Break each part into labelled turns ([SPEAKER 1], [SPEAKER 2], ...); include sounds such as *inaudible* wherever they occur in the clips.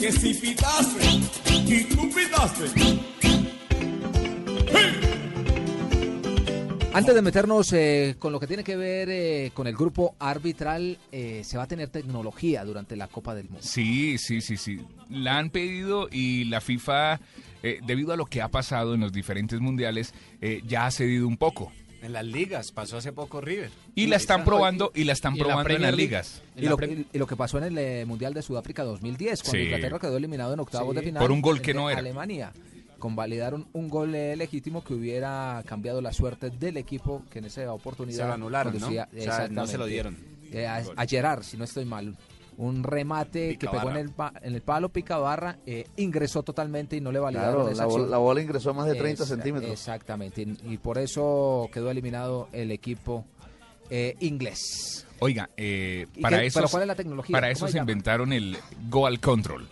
[SPEAKER 1] que si pitaste y tú pitaste.
[SPEAKER 2] Antes de meternos eh, con lo que tiene que ver eh, con el grupo arbitral, eh, se va a tener tecnología durante la Copa del Mundo.
[SPEAKER 3] Sí, sí, sí, sí. La han pedido y la FIFA, eh, debido a lo que ha pasado en los diferentes mundiales, eh, ya ha cedido un poco.
[SPEAKER 4] En las ligas, pasó hace poco River.
[SPEAKER 3] Y la están probando y la están
[SPEAKER 4] Y en la
[SPEAKER 3] probando en las
[SPEAKER 4] Premier League.
[SPEAKER 3] ligas.
[SPEAKER 2] Y lo, y- y lo que pasó en el eh, Mundial de Sudáfrica 2010, cuando
[SPEAKER 3] Sí.
[SPEAKER 2] Inglaterra quedó eliminado en octavos
[SPEAKER 4] Sí.
[SPEAKER 2] de final.
[SPEAKER 3] Por un gol que
[SPEAKER 2] de
[SPEAKER 3] no era.
[SPEAKER 2] Alemania. Convalidaron un gol eh, legítimo que hubiera cambiado la suerte del equipo que en esa oportunidad.
[SPEAKER 4] Se lo anularon, ¿no?
[SPEAKER 2] conducía-
[SPEAKER 4] O sea, no se lo
[SPEAKER 2] exactamente.
[SPEAKER 4] dieron.
[SPEAKER 2] Eh, a, a Gerard, si no estoy mal. Un remate que pegó en el, pa- en el palo Picabarra, eh, ingresó totalmente y no le validaron
[SPEAKER 5] Claro,
[SPEAKER 2] esa
[SPEAKER 5] la, bol-
[SPEAKER 2] acción.
[SPEAKER 5] la bola ingresó a más de 30
[SPEAKER 2] Esa-
[SPEAKER 5] centímetros.
[SPEAKER 2] Exactamente. Y, y por eso quedó eliminado el equipo eh, inglés.
[SPEAKER 3] Oiga, eh,
[SPEAKER 2] ¿Y
[SPEAKER 3] para
[SPEAKER 2] qué-
[SPEAKER 3] eso
[SPEAKER 2] pero cuál es la tecnología?
[SPEAKER 3] para
[SPEAKER 2] ¿Cómo
[SPEAKER 3] eso
[SPEAKER 2] se
[SPEAKER 3] se
[SPEAKER 2] llama?
[SPEAKER 3] inventaron el goal control,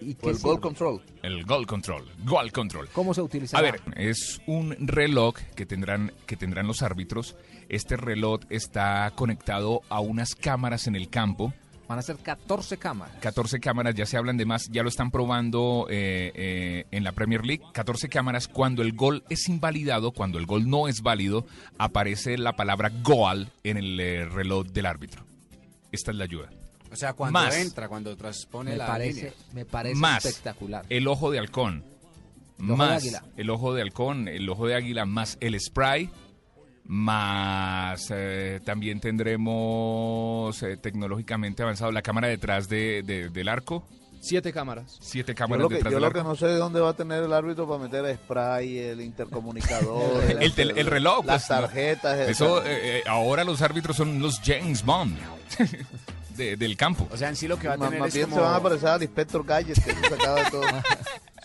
[SPEAKER 2] ¿Y
[SPEAKER 5] O
[SPEAKER 2] qué
[SPEAKER 5] el
[SPEAKER 2] sirve?
[SPEAKER 5] ball control.
[SPEAKER 3] el goal control, goal control.
[SPEAKER 2] ¿Cómo se utiliza?
[SPEAKER 3] A ver, es un reloj que tendrán, que tendrán los árbitros. Este reloj está conectado a unas cámaras en el campo.
[SPEAKER 2] Van a ser 14 cámaras.
[SPEAKER 3] 14 cámaras, ya se hablan de más, ya lo están probando eh, eh, en la Premier League. 14 cámaras, cuando el gol es invalidado, cuando el gol no es válido, aparece la palabra goal en el eh, reloj del árbitro. Esta es la ayuda.
[SPEAKER 4] O sea, cuando
[SPEAKER 3] Más.
[SPEAKER 4] entra, cuando transpone
[SPEAKER 2] Me
[SPEAKER 4] la
[SPEAKER 2] parece,
[SPEAKER 4] línea.
[SPEAKER 2] me parece
[SPEAKER 3] Más. Eh,
[SPEAKER 2] espectacular.
[SPEAKER 3] El ojo de halcón,
[SPEAKER 2] El ojo de
[SPEAKER 3] más
[SPEAKER 2] águila.
[SPEAKER 3] el ojo de halcón, el ojo de águila, más el spray, más eh, también tendremos eh, tecnológicamente avanzado la cámara detrás de- de- del arco.
[SPEAKER 6] Siete cámaras.
[SPEAKER 3] Siete
[SPEAKER 5] Yo
[SPEAKER 3] cámaras
[SPEAKER 5] lo, que,
[SPEAKER 3] detrás
[SPEAKER 5] yo
[SPEAKER 3] del
[SPEAKER 5] lo que
[SPEAKER 3] arco.
[SPEAKER 5] no sé de dónde va a tener el árbitro para meter el spray, el intercomunicador,
[SPEAKER 3] El tel- el reloj,
[SPEAKER 5] las
[SPEAKER 3] pues, no.
[SPEAKER 5] tarjetas. el-
[SPEAKER 3] Eso, eh, eh, ahora los árbitros son los James Bond *laughs* de- del campo.
[SPEAKER 4] O sea, en sí lo que va
[SPEAKER 5] Ma-
[SPEAKER 4] a tener
[SPEAKER 5] Más
[SPEAKER 4] es
[SPEAKER 5] bien
[SPEAKER 4] como...
[SPEAKER 5] se van a parecer al inspector Gadget que se sacaba
[SPEAKER 3] *laughs*
[SPEAKER 5] de todo.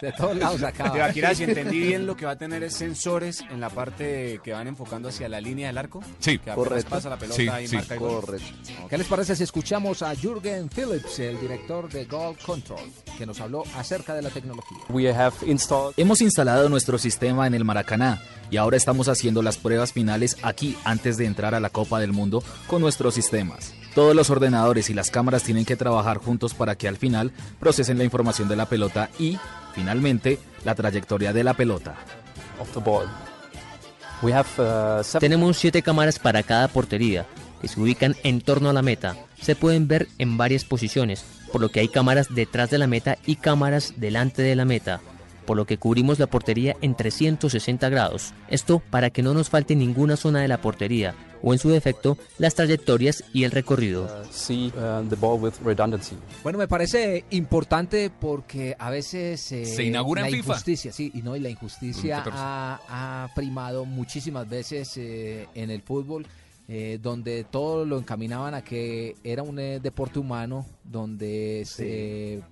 [SPEAKER 2] De todos lados acaba.
[SPEAKER 4] Tío, Akira,
[SPEAKER 5] *laughs*
[SPEAKER 4] si entendí bien, lo que va a tener es sensores en la parte que van enfocando hacia la línea del arco.
[SPEAKER 3] Sí.
[SPEAKER 4] Que apenas
[SPEAKER 5] Correcto.
[SPEAKER 4] pasa la pelota
[SPEAKER 3] Sí,
[SPEAKER 4] y
[SPEAKER 3] sí.
[SPEAKER 4] marca el gol.
[SPEAKER 5] Correcto.
[SPEAKER 2] ¿Qué les parece si escuchamos a Jürgen Phillips, el director de Goal Control, que nos habló acerca de la tecnología?
[SPEAKER 7] We have installed
[SPEAKER 8] Hemos instalado nuestro sistema en el Maracaná y ahora estamos haciendo las pruebas finales aquí antes de entrar a la Copa del Mundo con nuestros sistemas. Todos los ordenadores y las cámaras tienen que trabajar juntos para que al final procesen la información de la pelota y, finalmente, la trayectoria de la pelota.
[SPEAKER 7] of the ball. We have uh, seven
[SPEAKER 9] Tenemos siete cámaras para cada portería, que se ubican en torno a la meta. Se pueden ver en varias posiciones, por lo que hay cámaras detrás de la meta y cámaras delante de la meta, por lo que cubrimos la portería en 360 grados. Esto para que no nos falte ninguna zona de la portería, o en su defecto, las trayectorias y el recorrido.
[SPEAKER 7] uh, see uh, the ball with redundancy.
[SPEAKER 2] Bueno, me parece importante porque a veces eh,
[SPEAKER 3] Se inaugura
[SPEAKER 2] la
[SPEAKER 3] en FIFA. Mm,
[SPEAKER 2] injusticia, sí, y no y la injusticia
[SPEAKER 3] Un 14.
[SPEAKER 2] ha, ha primado muchísimas veces eh, en el fútbol, eh, donde todo lo encaminaban a que era un eh, deporte humano, donde se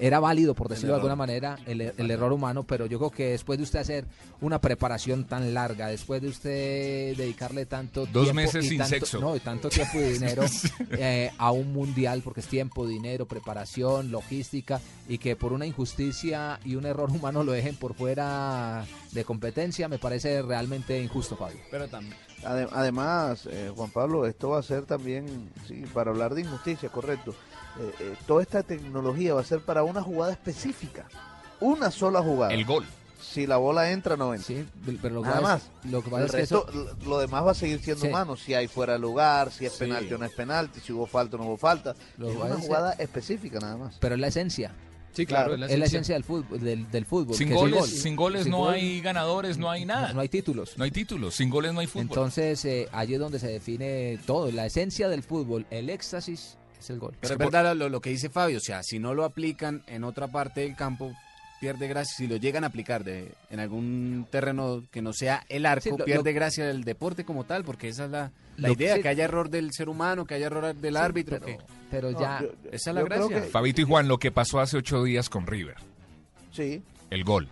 [SPEAKER 2] era válido, por decirlo de alguna manera, el, el error humano, pero yo creo que después de usted hacer una preparación tan larga, después de usted dedicarle tanto
[SPEAKER 3] Dos
[SPEAKER 2] tiempo
[SPEAKER 3] meses
[SPEAKER 2] y
[SPEAKER 3] sin
[SPEAKER 2] tanto-
[SPEAKER 3] sexo.
[SPEAKER 2] No, y tanto tiempo y
[SPEAKER 3] *laughs*
[SPEAKER 2] dinero eh, a un mundial, porque es tiempo, dinero, preparación, logística, y que por una injusticia y un error humano lo dejen por fuera de competencia, me parece realmente injusto, Fabio.
[SPEAKER 4] Pero también.
[SPEAKER 5] Ade- Además, eh, Juan Pablo, esto va a ser también, sí, para hablar de injusticia, correcto. eh, eh, toda esta tecnología va a ser para una jugada específica. Una sola jugada.
[SPEAKER 3] El gol.
[SPEAKER 5] Si la bola entra, no entra.
[SPEAKER 2] Sí, pero lo que
[SPEAKER 5] Nada
[SPEAKER 2] pasa
[SPEAKER 5] más.
[SPEAKER 2] es- Lo que pasa
[SPEAKER 5] El
[SPEAKER 2] es que
[SPEAKER 5] resto,
[SPEAKER 2] eso-
[SPEAKER 5] lo- lo demás va a seguir siendo
[SPEAKER 2] Sí.
[SPEAKER 5] humano. Si hay fuera de lugar, si es
[SPEAKER 4] Sí.
[SPEAKER 5] penalti o no es penalti, si hubo falta o no hubo falta.
[SPEAKER 2] Lo
[SPEAKER 5] es
[SPEAKER 2] va a
[SPEAKER 5] una
[SPEAKER 2] ser-
[SPEAKER 5] jugada específica nada más.
[SPEAKER 2] pero es la esencia,
[SPEAKER 6] Sí,
[SPEAKER 5] Claro,
[SPEAKER 6] claro,
[SPEAKER 2] es la esencia del fútbol, del, del fútbol
[SPEAKER 3] Sin
[SPEAKER 2] que es el
[SPEAKER 3] goles,
[SPEAKER 2] gol.
[SPEAKER 3] sin goles
[SPEAKER 2] Sin
[SPEAKER 3] no
[SPEAKER 2] gol,
[SPEAKER 3] hay ganadores, no hay nada.
[SPEAKER 2] No
[SPEAKER 3] No hay,
[SPEAKER 2] hay títulos.
[SPEAKER 3] títulos, sin goles no hay fútbol.
[SPEAKER 2] Entonces, eh, allí es donde se define todo, la esencia del fútbol, el éxtasis es el gol.
[SPEAKER 4] Pero es verdad lo, lo que dice Fabio, o sea, si no lo aplican en otra parte del campo, pierde gracia. Si lo llegan a aplicar de, en algún terreno que no sea el arco,
[SPEAKER 2] Sí, lo-
[SPEAKER 4] pierde gracia el deporte como tal, porque esa es la, la
[SPEAKER 2] Lo-
[SPEAKER 4] idea,
[SPEAKER 2] sí.
[SPEAKER 4] que haya error del ser humano, que haya error del
[SPEAKER 2] Sí,
[SPEAKER 4] árbitro.
[SPEAKER 2] pero,
[SPEAKER 4] que-
[SPEAKER 2] pero
[SPEAKER 5] No,
[SPEAKER 2] ya
[SPEAKER 5] yo-
[SPEAKER 4] esa es la
[SPEAKER 5] yo creo
[SPEAKER 4] gracia.
[SPEAKER 3] Fabito y Juan, lo que pasó hace ocho días con River.
[SPEAKER 5] Sí,
[SPEAKER 3] El gol.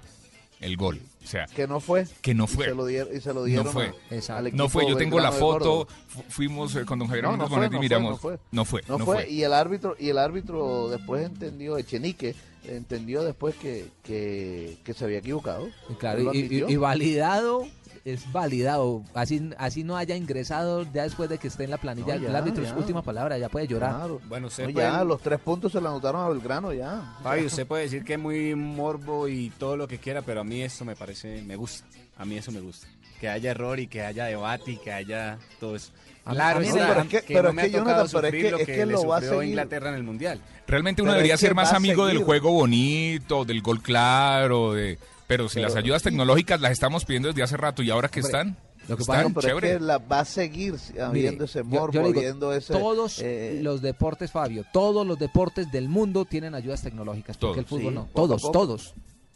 [SPEAKER 3] El gol. O sea,
[SPEAKER 5] que no fue.
[SPEAKER 3] que no
[SPEAKER 5] Y
[SPEAKER 3] fue.
[SPEAKER 5] se lo dier- y se lo dieron.
[SPEAKER 3] fue.
[SPEAKER 5] a-
[SPEAKER 2] Exacto.
[SPEAKER 5] al
[SPEAKER 3] No fue, yo
[SPEAKER 5] equipo
[SPEAKER 3] tengo la
[SPEAKER 5] Belgrano de
[SPEAKER 3] foto.
[SPEAKER 5] Córdoba.
[SPEAKER 3] fu- Fuimos eh, con don Javier
[SPEAKER 5] No,
[SPEAKER 3] Hernández
[SPEAKER 5] no fue,
[SPEAKER 3] Bonet y
[SPEAKER 5] no fue,
[SPEAKER 3] miramos.
[SPEAKER 5] no fue.
[SPEAKER 3] No fue,
[SPEAKER 5] No,
[SPEAKER 3] no
[SPEAKER 5] fue.
[SPEAKER 3] fue.
[SPEAKER 5] y el árbitro y el árbitro después entendió Echenique entendió después que, que, que se había equivocado.
[SPEAKER 2] claro,
[SPEAKER 5] Él lo
[SPEAKER 2] y, y-
[SPEAKER 5] admitió.
[SPEAKER 2] y validado es validado. Así, así no haya ingresado ya después de que esté en la planilla.
[SPEAKER 5] No, ya,
[SPEAKER 2] el árbitro es
[SPEAKER 5] ya.
[SPEAKER 2] última palabra, ya puede llorar.
[SPEAKER 5] Claro.
[SPEAKER 4] Bueno, usted
[SPEAKER 5] No,
[SPEAKER 3] pues
[SPEAKER 4] puede-
[SPEAKER 5] ya, los tres puntos se la anotaron a Belgrano ya.
[SPEAKER 4] Fabio, usted puede decir que es muy morbo y todo lo que quiera, pero a mí eso me parece, me gusta. A mí eso me gusta. Que haya error y que haya debate y que haya todo eso.
[SPEAKER 2] A mí-
[SPEAKER 4] Claro,
[SPEAKER 2] a mí
[SPEAKER 4] es
[SPEAKER 2] no,
[SPEAKER 4] que-
[SPEAKER 5] pero es que-
[SPEAKER 4] que
[SPEAKER 5] pero
[SPEAKER 4] no
[SPEAKER 5] es
[SPEAKER 4] me
[SPEAKER 5] que,
[SPEAKER 4] ha tocado
[SPEAKER 5] Jonathan, pero es
[SPEAKER 4] sufrir
[SPEAKER 5] que-
[SPEAKER 4] lo
[SPEAKER 5] es
[SPEAKER 4] que,
[SPEAKER 5] que
[SPEAKER 4] le
[SPEAKER 5] lo va a
[SPEAKER 4] sufrió
[SPEAKER 5] seguir.
[SPEAKER 4] Inglaterra en el Mundial.
[SPEAKER 3] Realmente uno
[SPEAKER 5] Pero
[SPEAKER 3] debería
[SPEAKER 5] es que
[SPEAKER 3] ser más
[SPEAKER 5] va a
[SPEAKER 3] amigo del
[SPEAKER 5] seguir.
[SPEAKER 3] juego bonito, del gol claro, de... Pero si
[SPEAKER 5] Pero-
[SPEAKER 3] las ayudas tecnológicas las estamos pidiendo desde hace rato y ahora que
[SPEAKER 2] Hombre,
[SPEAKER 3] están,
[SPEAKER 2] lo que pasa-
[SPEAKER 3] están
[SPEAKER 5] Bueno, pero
[SPEAKER 3] chévere.
[SPEAKER 5] es que la, va a seguir
[SPEAKER 2] Mire,
[SPEAKER 5] habiendo ese
[SPEAKER 2] yo-
[SPEAKER 5] Ah, morbo,
[SPEAKER 2] yo le digo,
[SPEAKER 5] habiendo ese...
[SPEAKER 2] todos
[SPEAKER 5] eh,
[SPEAKER 2] los deportes, Fabio, todos los deportes del mundo tienen ayudas tecnológicas, porque el
[SPEAKER 3] Todos.
[SPEAKER 2] fútbol
[SPEAKER 5] Sí,
[SPEAKER 2] no.
[SPEAKER 5] poco a
[SPEAKER 2] Todos,
[SPEAKER 5] poco.
[SPEAKER 2] todos.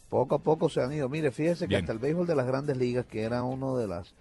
[SPEAKER 5] poco a poco se han ido. Mire, fíjese que
[SPEAKER 3] Bien.
[SPEAKER 5] hasta el béisbol de las grandes ligas, que era uno de las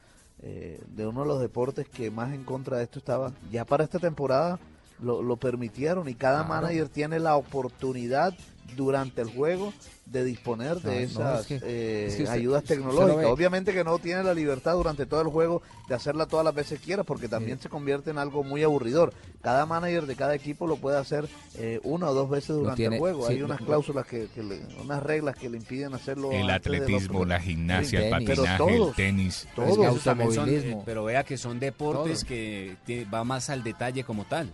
[SPEAKER 5] eh, de uno de los deportes que más en contra de esto estaba, ya para esta temporada lo, lo permitieron y cada
[SPEAKER 2] Claro.
[SPEAKER 5] manager tiene la oportunidad durante el juego de disponer de
[SPEAKER 2] No, no,
[SPEAKER 5] esas
[SPEAKER 2] es que-
[SPEAKER 5] eh,
[SPEAKER 2] es que usted-
[SPEAKER 5] ayudas
[SPEAKER 2] usted lo
[SPEAKER 5] tecnológicas.
[SPEAKER 2] ve.
[SPEAKER 5] Obviamente que no tiene la libertad durante todo el juego de hacerla todas las veces que quiera, porque también se convierte en algo muy aburridor. Cada manager de cada equipo lo puede hacer eh, una o dos veces durante
[SPEAKER 2] tiene,
[SPEAKER 5] el juego.
[SPEAKER 2] sí,
[SPEAKER 5] Hay
[SPEAKER 2] lo-
[SPEAKER 5] unas cláusulas que, que le- unas reglas que le impiden hacerlo
[SPEAKER 3] El
[SPEAKER 5] antes de lo
[SPEAKER 3] atletismo,
[SPEAKER 5] que-
[SPEAKER 3] la gimnasia, el
[SPEAKER 2] tenis. Pero
[SPEAKER 3] patinaje, el
[SPEAKER 5] todos.
[SPEAKER 3] tenis.
[SPEAKER 4] Pero
[SPEAKER 5] Todos.
[SPEAKER 4] es que esos también son-
[SPEAKER 2] automovilismo.
[SPEAKER 4] eh, pero vea que son deportes
[SPEAKER 2] Todos.
[SPEAKER 4] que tie- va más al detalle como tal.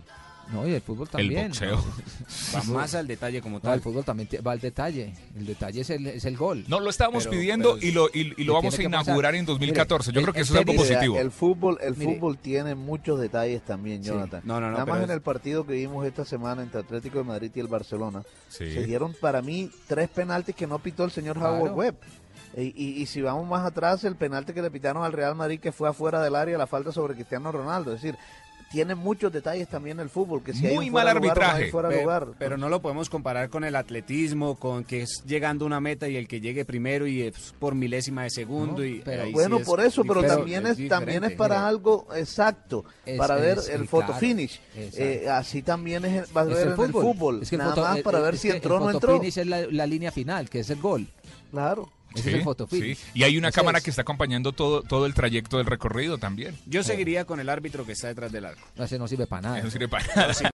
[SPEAKER 2] No, y el fútbol también.
[SPEAKER 3] el boxeo.
[SPEAKER 2] ¿no?
[SPEAKER 4] Va más al detalle como
[SPEAKER 2] No, el
[SPEAKER 4] tal.
[SPEAKER 2] fútbol también te- va al detalle. El detalle es el, es el gol.
[SPEAKER 3] No, lo estábamos
[SPEAKER 4] Pero-
[SPEAKER 3] pidiendo
[SPEAKER 4] pero
[SPEAKER 3] y lo, y, y
[SPEAKER 2] y
[SPEAKER 3] lo vamos a
[SPEAKER 2] tiene que pasar.
[SPEAKER 3] inaugurar en 2014. Yo
[SPEAKER 2] Mire,
[SPEAKER 3] creo que
[SPEAKER 2] el-
[SPEAKER 3] eso es algo
[SPEAKER 2] el tenis-
[SPEAKER 3] positivo.
[SPEAKER 5] El fútbol, el
[SPEAKER 2] Mire.
[SPEAKER 5] fútbol tiene muchos detalles también,
[SPEAKER 2] Sí.
[SPEAKER 5] Jonathan.
[SPEAKER 4] No, no, no,
[SPEAKER 5] Nada
[SPEAKER 4] pero
[SPEAKER 5] más en
[SPEAKER 4] es-
[SPEAKER 5] el partido que vimos esta semana entre Atlético de Madrid y el Barcelona,
[SPEAKER 3] Sí.
[SPEAKER 5] se dieron para mí tres penaltis que no pitó el señor
[SPEAKER 2] Claro.
[SPEAKER 5] Howard Webb. Y, y- y si vamos más atrás, el penalti que le pitaron al Real Madrid que fue afuera del área, la falta sobre Cristiano Ronaldo. Es decir, tiene muchos detalles también el fútbol. que si hay
[SPEAKER 3] Muy
[SPEAKER 5] un fuera
[SPEAKER 3] mal
[SPEAKER 5] de lugar o no hay
[SPEAKER 3] arbitraje.
[SPEAKER 5] fuera de
[SPEAKER 4] Pe-
[SPEAKER 5] lugar.
[SPEAKER 4] Pero no lo podemos comparar con el atletismo, con que es llegando a una meta y el que llegue primero y es por milésima de segundo.
[SPEAKER 2] No,
[SPEAKER 4] y
[SPEAKER 2] pero-
[SPEAKER 4] ahí sí
[SPEAKER 5] Bueno,
[SPEAKER 4] es
[SPEAKER 5] por eso, pero,
[SPEAKER 4] diferente,
[SPEAKER 5] también es, también es
[SPEAKER 4] diferente.
[SPEAKER 5] para algo exacto,
[SPEAKER 2] Es-
[SPEAKER 5] para ver
[SPEAKER 2] es-
[SPEAKER 5] el
[SPEAKER 2] sí,
[SPEAKER 5] photo
[SPEAKER 2] claro,
[SPEAKER 5] finish.
[SPEAKER 2] exacto.
[SPEAKER 5] Eh, así también es va a
[SPEAKER 2] Es
[SPEAKER 5] ver en el fútbol,
[SPEAKER 2] Es que el
[SPEAKER 5] nada
[SPEAKER 2] foto-
[SPEAKER 5] más
[SPEAKER 2] eh,
[SPEAKER 5] para
[SPEAKER 2] eh,
[SPEAKER 5] ver
[SPEAKER 2] es
[SPEAKER 5] si
[SPEAKER 2] que el
[SPEAKER 5] entró o no entró.
[SPEAKER 2] fotofinish es la, la línea final, que es el gol.
[SPEAKER 5] Claro.
[SPEAKER 2] Ese
[SPEAKER 3] Sí,
[SPEAKER 2] es el fotofinish.
[SPEAKER 3] sí. Y hay una
[SPEAKER 2] Ese
[SPEAKER 3] cámara
[SPEAKER 2] es.
[SPEAKER 3] que está acompañando todo, todo el trayecto del recorrido también.
[SPEAKER 4] Yo seguiría con el árbitro que está detrás del arco.
[SPEAKER 2] Ah, No, ese no sirve para nada.
[SPEAKER 3] Eso sirve para nada.